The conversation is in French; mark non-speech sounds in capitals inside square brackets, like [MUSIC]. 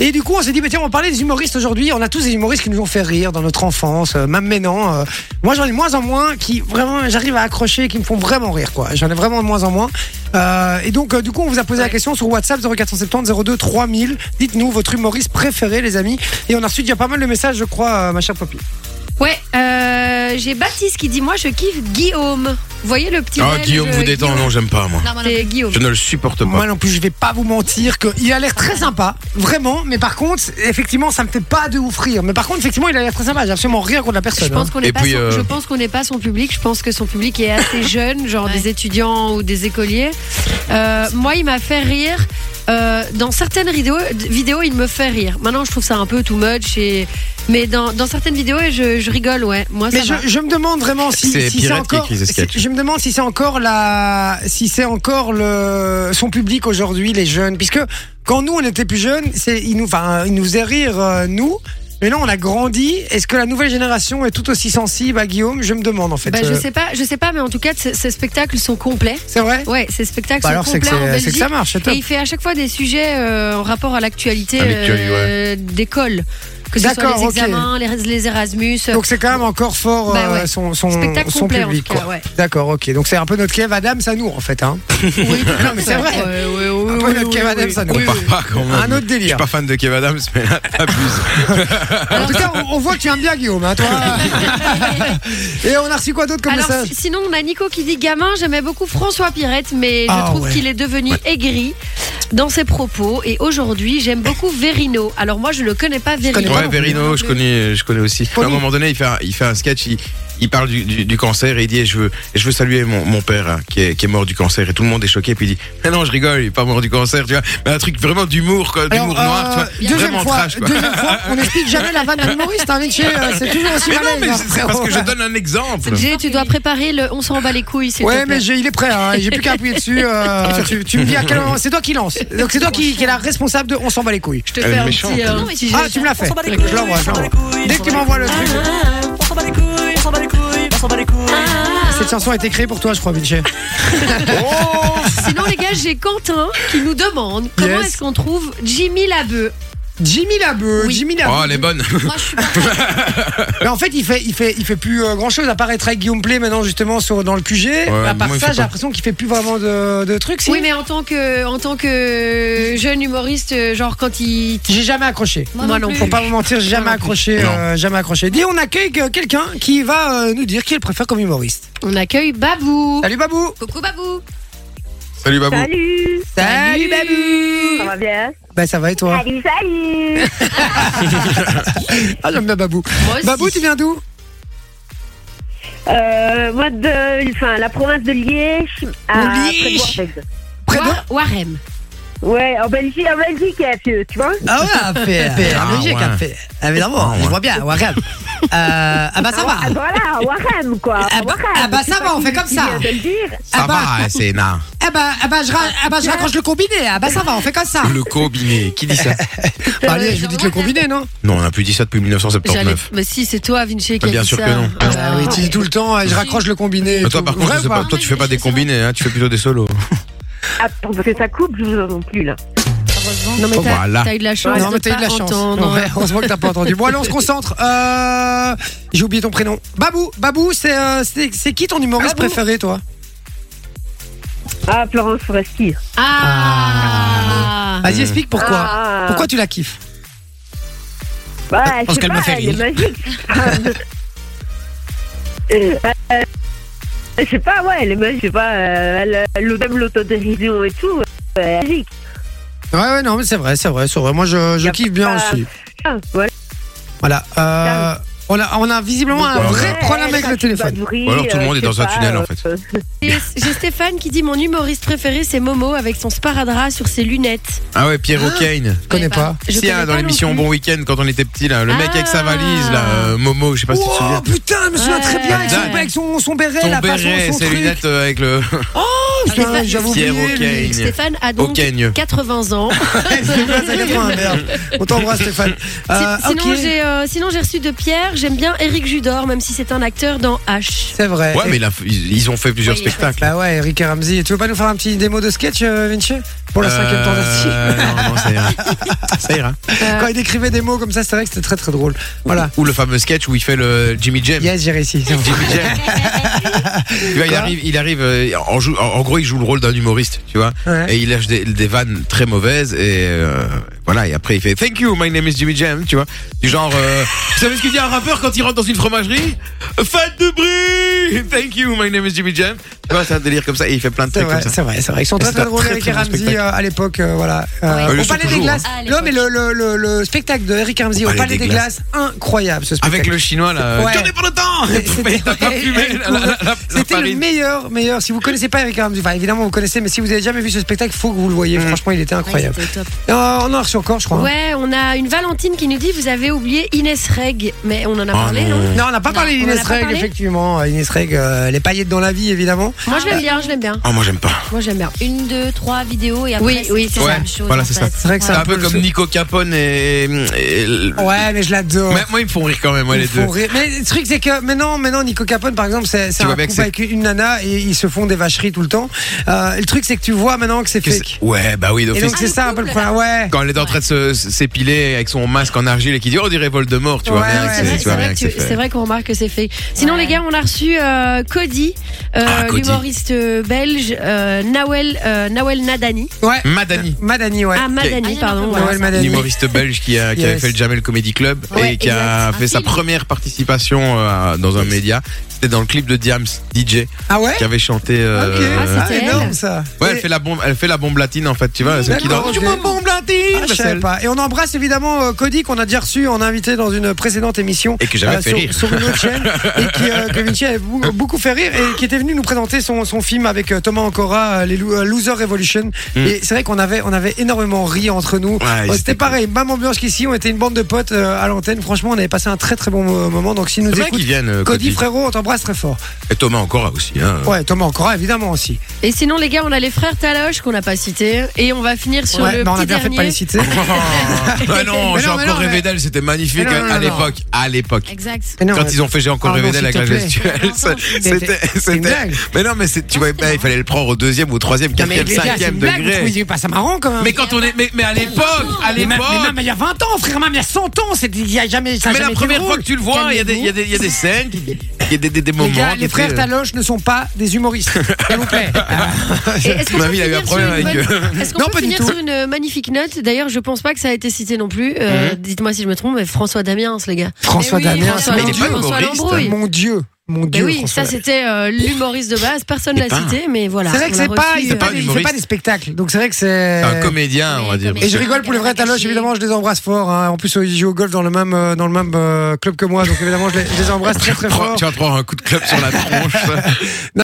Et du coup, on s'est dit, bah, tiens, on va parler des humoristes aujourd'hui. On a tous des humoristes qui nous ont fait rire dans notre enfance, euh, même maintenant. euh, moi, j'en ai de moins en moins qui vraiment, j'arrive à accrocher, qui me font vraiment rire, quoi. J'en ai vraiment de moins en moins. Euh, et donc, euh, du coup, on vous a posé la question sur WhatsApp 0470 02 3000. Dites-nous votre humoriste préféré, les amis. Et on a reçu déjà pas mal de messages, je crois, euh, ma chère Poppy. Ouais, euh, j'ai Baptiste qui dit Moi, je kiffe Guillaume. Vous voyez le petit. Ah, Belge, Guillaume vous détend, Guillaume non, j'aime pas, moi. C'est Guillaume. Je ne le supporte euh, Moi pas. non plus, je vais pas vous mentir qu'il a l'air très sympa, vraiment. Mais par contre, effectivement, ça me fait pas de ouf rire. Mais par contre, effectivement, il a l'air très sympa. J'ai absolument rien contre la personne. Je pense qu'on n'est Et pas, puis, son- euh, je pense qu'on n'est pas son public. Je pense que son public est [LAUGHS] assez jeune, genre des étudiants ou des écoliers. Euh, moi, il m'a fait rire. Euh, dans certaines vidéos, vidéos, il me fait rire. Maintenant, je trouve ça un peu too much. Et... Mais dans, dans certaines vidéos, je, je rigole, ouais. Moi, ça Mais je, va. je me demande vraiment si C'est si Pirate qui encore. écrit ces si- sketchs. je me demande si c'est encore la, si c'est encore le son public aujourd'hui les jeunes, puisque quand nous on était plus jeunes, c'est ils nous, enfin ils nous faisaient rire euh, nous. Mais là, on a grandi. Est-ce que la nouvelle génération est tout aussi sensible à Guillaume Je me demande en fait. Bah, je Euh, sais pas, je sais pas, mais en tout cas, ces ces spectacles sont complets. C'est vrai Ouais, ces spectacles Bah, sont Alors c'est que, complets en c'est- c'est que Belgique. ça marche, c'est Et top. il fait à chaque fois des sujets euh, en rapport à l'actualité Avec Curie, euh, d'école. Que ce soit D'accord, les ok. examens, les, les Erasmus. Donc c'est quand même encore fort euh, Bah euh, ouais. son, son, Spectacle son complet, en public. tout cas, quoi. ouais. D'accord, ok. Donc c'est un peu notre Kev Adams à nous en fait. Hein. euh, oui, [LAUGHS] Non, mais c'est vrai. Ouais, ouais, ouais, Un peu ouais, notre ouais, Kev ouais. Adams à nous. Compare pas quand même. Un autre Je suis délire. pas fan de Kev Adams, mais là, t'abuses. En [LAUGHS] tout cas, on, on voit que tu aimes bien Guillaume, hein, toi. Et on a reçu quoi d'autre comme Alors, message si- sinon, on a Nico qui dit gamin, j'aimais beaucoup François Pirette, mais Ah, je trouve ouais. qu'il est devenu aigri dans ses propos. Et aujourd'hui, j'aime beaucoup Verino. Alors, moi, je le connais pas, connais Verino. pas Ouais, Verino, je connais, je connais aussi. Connu. À un moment donné, il fait un, il fait un sketch, il, il parle du, du- du cancer et il dit eh, je veux, je veux saluer mon, mon père hein, qui, est, qui est mort du cancer et tout le monde est choqué puis il dit mais non je rigole, il est pas mort du cancer, tu vois. Mais un truc vraiment d'humour, quoi, Alors, d'humour euh, noir, tu vois, deuxième, vraiment fois, trash. Quoi. deuxième fois, on n'explique jamais la vanne à l'humoriste, hein, Vinci, euh, c'est toujours aussi Mais mal à non, mais l'aise, c'est hein, c'est parce que je frérot. donne un exemple. Jay, tu dois préparer le on s'en bat les couilles. s'il te Ouais, plaît. mais j'ai- il est prêt, hein, j'ai plus qu'à appuyer dessus. [LAUGHS] euh, tu, tu me dis à quel moment. C'est toi qui lance. Donc c'est toi qui, qui est la responsable de On s'en bat les couilles. je te Elle est fais un méchante, petit. elle. euh, Non, un petit Ah, geste. tu me l'as fait. On s'en bat les couilles, Je l'envoie, je on s'en bat les l'envoie. couilles, Dès que tu m'envoies le Ah, truc, ah, ah, on s'en bat les couilles, on s'en bat les couilles, on s'en bat les couilles. cette chanson a été créée pour toi, je crois, Vinci. Sinon, les gars, j'ai Quentin qui nous demande comment Yes. est-ce qu'on trouve Jimmy Labeu. Jimmy Labeu, Oui. Jimmy Oh, Labeu. elle est bonne. [LAUGHS] Mais en fait, il fait, il fait, il fait plus grand chose à part être avec Guillaume Play maintenant justement sur, dans le QG. à part moi, il ça, fait j'ai pas. l'impression qu'il fait plus vraiment de, de trucs. si. Oui, mais en tant que, en tant que jeune humoriste, euh, genre quand il. J'ai jamais accroché. Moi non plus. Pour pas vous mentir, j'ai jamais Moi non plus. accroché, euh, jamais accroché. Dis, on accueille que- quelqu'un qui va euh, nous dire qui elle préfère comme humoriste. On accueille Babou. Salut Babou. Coucou Babou. Salut Babou. Salut, Salut Babou. ça va bien Bah ça va et toi Salut, [LAUGHS] salut Ah j'aime bien Babou. Moi aussi. Babou, tu viens d'où euh, Moi, de, enfin, la province de Liège, à Liège. près de Warteg. Près de Wa- Warem. Ouais, en Belgique, en Belgique, hein, tu tu vois Ah ouais, [LAUGHS] fait, fait, Ah la logique, ouais. Ah, a fait. Évidemment, je vois bien, Warren. Euh, ah bah ça va. Ah, Voilà, Warem, quoi Ah bah- Warem. ah bah, ça C'est va, pas on qui- fait comme qui ça. vient de le dire. Ça Ah bah. va, hein, c'est na. Eh bah, ben, eh ben, je, ra- eh ben, je raccroche le combiné. Ah bah ça va, on fait comme [LAUGHS] ça. Le combiné. Qui [LAUGHS] dit ça Allez, Bah, je vous dis que le combiné, non Non, on n'a plus dit ça depuis J'allais. 1979. Mais si, c'est toi, Bah, Vinci, qui a Bien dit sûr ça. que non. Ah, Ah oui, tu dis tout le temps, eh, je raccroche le combiné. et Mais Bah, Toi, tout. par contre, Vrai je sais ou pas, pas toi, tu fais pas des combinés, hein, tu fais plutôt des solos. Attends, parce que ça coupe, je vous entends plus, là. Non, mais t'as Voilà. t'as eu de la chance. Oh, Non, mais de t'as eu de la pas chance. entendre. Ouais, on se voit que t'as pas entendu. Bon, allez, on se concentre. Euh, J'ai oublié ton prénom. Babou, Babou, c'est euh, c'est c'est qui ton humoriste Babou. préféré, toi Ah, Florence Foresti. Ah. Vas-y, explique pourquoi. Ah. Pourquoi tu la kiffes Bah, je Parce sais qu'elle pas, me fait elle est rire. [LAUGHS] magique. Euh, euh, Je sais pas, ouais, elle est magique, je sais pas, euh, elle, elle aime l'autodérision et tout, euh, elle est magique. Ouais, ouais, non, mais c'est vrai, c'est vrai, c'est vrai. Moi, je, je Y a kiffe bien pas- aussi. Ah, voilà. Voilà. euh, on, a, on a visiblement un Ouais, vrai ouais. problème avec le téléphone. Ou Ou alors tout le monde est dans un tunnel, euh, en fait. Et J'ai Stéphane qui dit Mon humoriste préféré, c'est Momo avec son sparadrap sur ses lunettes. bah, Ah ouais, Pierre Kane. Je connais pas. Je Si, hein, connais dans pas l'émission non Bon Week-end, quand on était petit, là, le mec avec sa valise, là, euh, Momo, je sais pas si tu te Oh souviens. putain, je me souviens très bien avec son, Ouais. avec son, son béret, Ton la béret, façon, son ses truc. Oh, lunettes euh, avec le. Putain, Stéphane- j'avais oublié, Ah, Pierre lui. Hawkeye. plus. Stéphane a [LAUGHS] donc Hawkeye. 80 ans. Stéphane, ça dépend, hein, merde. On t'embrasse, Stéphane. Ah, Euh, Si- sinon, ok. j'ai, euh, sinon, j'ai reçu de Pierre, j'aime bien Eric Judor, même si c'est un acteur dans H. C'est vrai. Ouais, mais il a- ils ils ont fait plusieurs Oui, spectacles. Bah ouais, Rick et Ramsey. Tu veux pas nous faire un petit démo de sketch, euh, Vinci pour la cinquième tentative. Euh, non, non, ça ira. ça ira. Quand il décrivait des mots comme ça, c'est vrai que c'était très très drôle. Voilà. Ou le fameux sketch où il fait le Jimmy Jam. Yes, j'ai réussi. c'est bon. Jimmy Jam. Tu vois, il Quoi arrive, il arrive euh, en, jou- en- en gros, il joue le rôle d'un humoriste, tu vois. Ouais. Et il lâche des, des vannes très mauvaises. Et euh, voilà, et après, il fait Thank you, my name is Jimmy Jam, tu vois. Du genre, euh, vous savez ce qu'il dit un rappeur quand il rentre dans une fromagerie Fat de bruit Thank you, my name is Jimmy Jam. Tu vois, c'est un délire comme ça. Et il fait plein de C'est trucs vrai, comme ça. c'est vrai, c'est vrai. Ils sont Et très c'est très un drôles très, Eric très et bon Ramsey spectacle. Ah euh, à l'époque, euh, voilà. Ouais, Euh, ils le Au sont Palais des toujours, Glaces. hein. À Non, l'époque. mais le, le, le, le spectacle de Eric Ramsey au Palais Palais des des Glaces, incroyable ce spectacle. Avec le chinois, là. Ouais. J'en ai pas le temps [LAUGHS] [LAUGHS] Mais t'as pas fumé [LAUGHS] la- la- la- la- la C'était le farine. meilleur, meilleur. Si vous connaissez pas Eric Ramsey, enfin évidemment vous connaissez, mais si vous avez jamais vu ce spectacle, faut que vous le voyez. Mm. Franchement, il était incroyable. Ouais, c'était top. Euh, On en a reçu encore, je crois. hein. Ouais, on a une Valentine qui nous dit Vous avez oublié Inès Reg. Mais on en a Oh parlé, non, Non, on n'a pas Non, parlé on en a d'Inès pas Reg, parlé effectivement. Inès Reg, euh, les paillettes dans la vie, évidemment. Moi, je l'aime bien, je l'aime bien. Oh, moi, j'aime pas. Moi, j'aime bien. Une, deux, trois vidéos et après, Oui, c'est oui, c'est c'est la ça. même chose. Voilà, en c'est fait. ça. C'est vrai que C'est un un peu peu comme le- Nico Capone et. et- Ouais, mais je l'adore. Mais moi, ils me font rire quand même, moi, les Ils deux. font rire. Mais le truc, c'est que maintenant, maintenant, Nico Capone, par exemple, c'est c'est vois un bien que couple avec une nana et ils se font des vacheries tout le temps. Euh, le truc, c'est que tu vois maintenant que c'est Que fake. c'est- Ouais, bah oui, donc Et fake. donc, c'est le ça un peu le couple, problème. là. Ouais. quand elle est en train de se- s'épiler avec son masque en argile et qui dit on dirait Voldemort, tu vois Ouais, bien ouais, que Ah C'est vrai- c'est- tu c'est vois vrai bien que que c'est tu- c'est fait. vrai qu'on remarque que c'est fake. Sinon, Ouais. les gars, on a reçu euh, Cody, euh, Ah, Cody. l'humoriste euh, belge, euh, Nawel, euh, Nawel Nadani. Ouais. Madani, Madani, ouais. Ah, Madani, Ah, pardon. non, voilà. Noël une Madani. humoriste belge qui, a, qui Yes. avait fait le Jamel Comedy Club Ouais, et qui a exact. fait Un sa film. première participation euh, dans un média. C'était dans le clip de Diams DJ Ah ouais? qui avait chanté. euh, Ok. Ah, c'est c'était énorme elle. ça. ouais, Et- elle fait la bombe, elle fait la bombe latine en fait, tu vois, celle qui d'accord, danse. ok. Tu m'as bombe latine, Ah, je c'est savais elle. pas. Et on embrasse évidemment euh, Cody qu'on a déjà reçu, on a invité dans une précédente émission. Et que j'avais fait Euh, Ah, sur, rire. sur une autre chaîne. Et qui, [LAUGHS] euh, que Vinci avait bou- beaucoup fait rire et qui était venu nous présenter son, son film avec euh, Thomas Ancora, euh, les Lo- euh, Loser Revolution. Et c'est vrai qu'on avait, on avait énormément ri entre nous. Hmm. Ouais, Euh, c'était C'était pareil, même ambiance qu'ici, on était une bande de potes euh, à l'antenne. Franchement, on avait passé un très très bon euh, moment. Donc si nous C'est vrai écoute qu'ils viennent. euh, Cody, Cody. frérot, on t'embrasse très fort. Et Thomas encore aussi. hein. Ouais, Thomas Ancora, évidemment aussi. Et sinon, les gars, on a les frères Taloche qu'on n'a pas cités. Et on va finir sur Ouais, le mais on petit a bien fait de dernier. pas les citer. Ah non, Mais j'ai non, mais non, encore rêvé mais- d'elle, c'était Mais magnifique non, non, à non, non. l'époque, à l'époque. Exact. Mais non, Quand mais- ils ont fait J'ai encore Pardon, rêvé d'elle s'il avec te la plaît. [LAUGHS] gestuelle, ça- c'était. C'est une c'était- blague. Mais non, mais c'est- tu Non, vois, c'est bah, il marrant. fallait le prendre au deuxième ou au troisième, Non, mais quatrième, les gars, c'est cinquième une blague, vous degré. trouvez pas ça marrant quand même. Mais quand on est, mais, mais à l'époque, à Mais même, l'époque. mais même il y a 20 ans, frère, même il y a 100 ans, c'est- il y a jamais. Ça a Mais la jamais été première drôle. fois que tu le vois, il y a des, il y a des, il y a des scènes, qui- il y a des, des, des Les moments. gars, qui les frères étaient- Taloche ne sont pas des [LAUGHS] humoristes. S'il vous plaît. Et est-ce qu'on [LAUGHS] Ma peut vie, il a eu finir un problème sur une avec bonne- Est-ce qu'on euh, Non, peut pas du finir tout. sur une magnifique note D'ailleurs, je pense pas que ça a été cité non plus. Euh, Dites-moi si je me trompe, mais François Damiens, les gars. Hum. Eh François Mais oui, Damien, François c'est mon Damien. dieu. pas François humoriste. Lambrouille. Mon dieu. Mon Mais dieu. oui, François ça c'était euh, l'humoriste de base, personne C'est l'a pas un- cité, mais voilà. C'est vrai que on l'a c'est pas, reçu, il euh, fait pas, un des- il fait humoriste. pas des spectacles. Donc c'est vrai que c'est. Un comédien, on va Mais dire. comédien. Et je rigole pour les vrais Taloche, évidemment, je les embrasse fort. hein. En plus, ils jouent au golf dans le même, euh, dans le même euh, club que moi, donc évidemment, je les, je les embrasse très très Prends- fort. [LAUGHS] Tu vas te prendre un coup de club sur la tronche.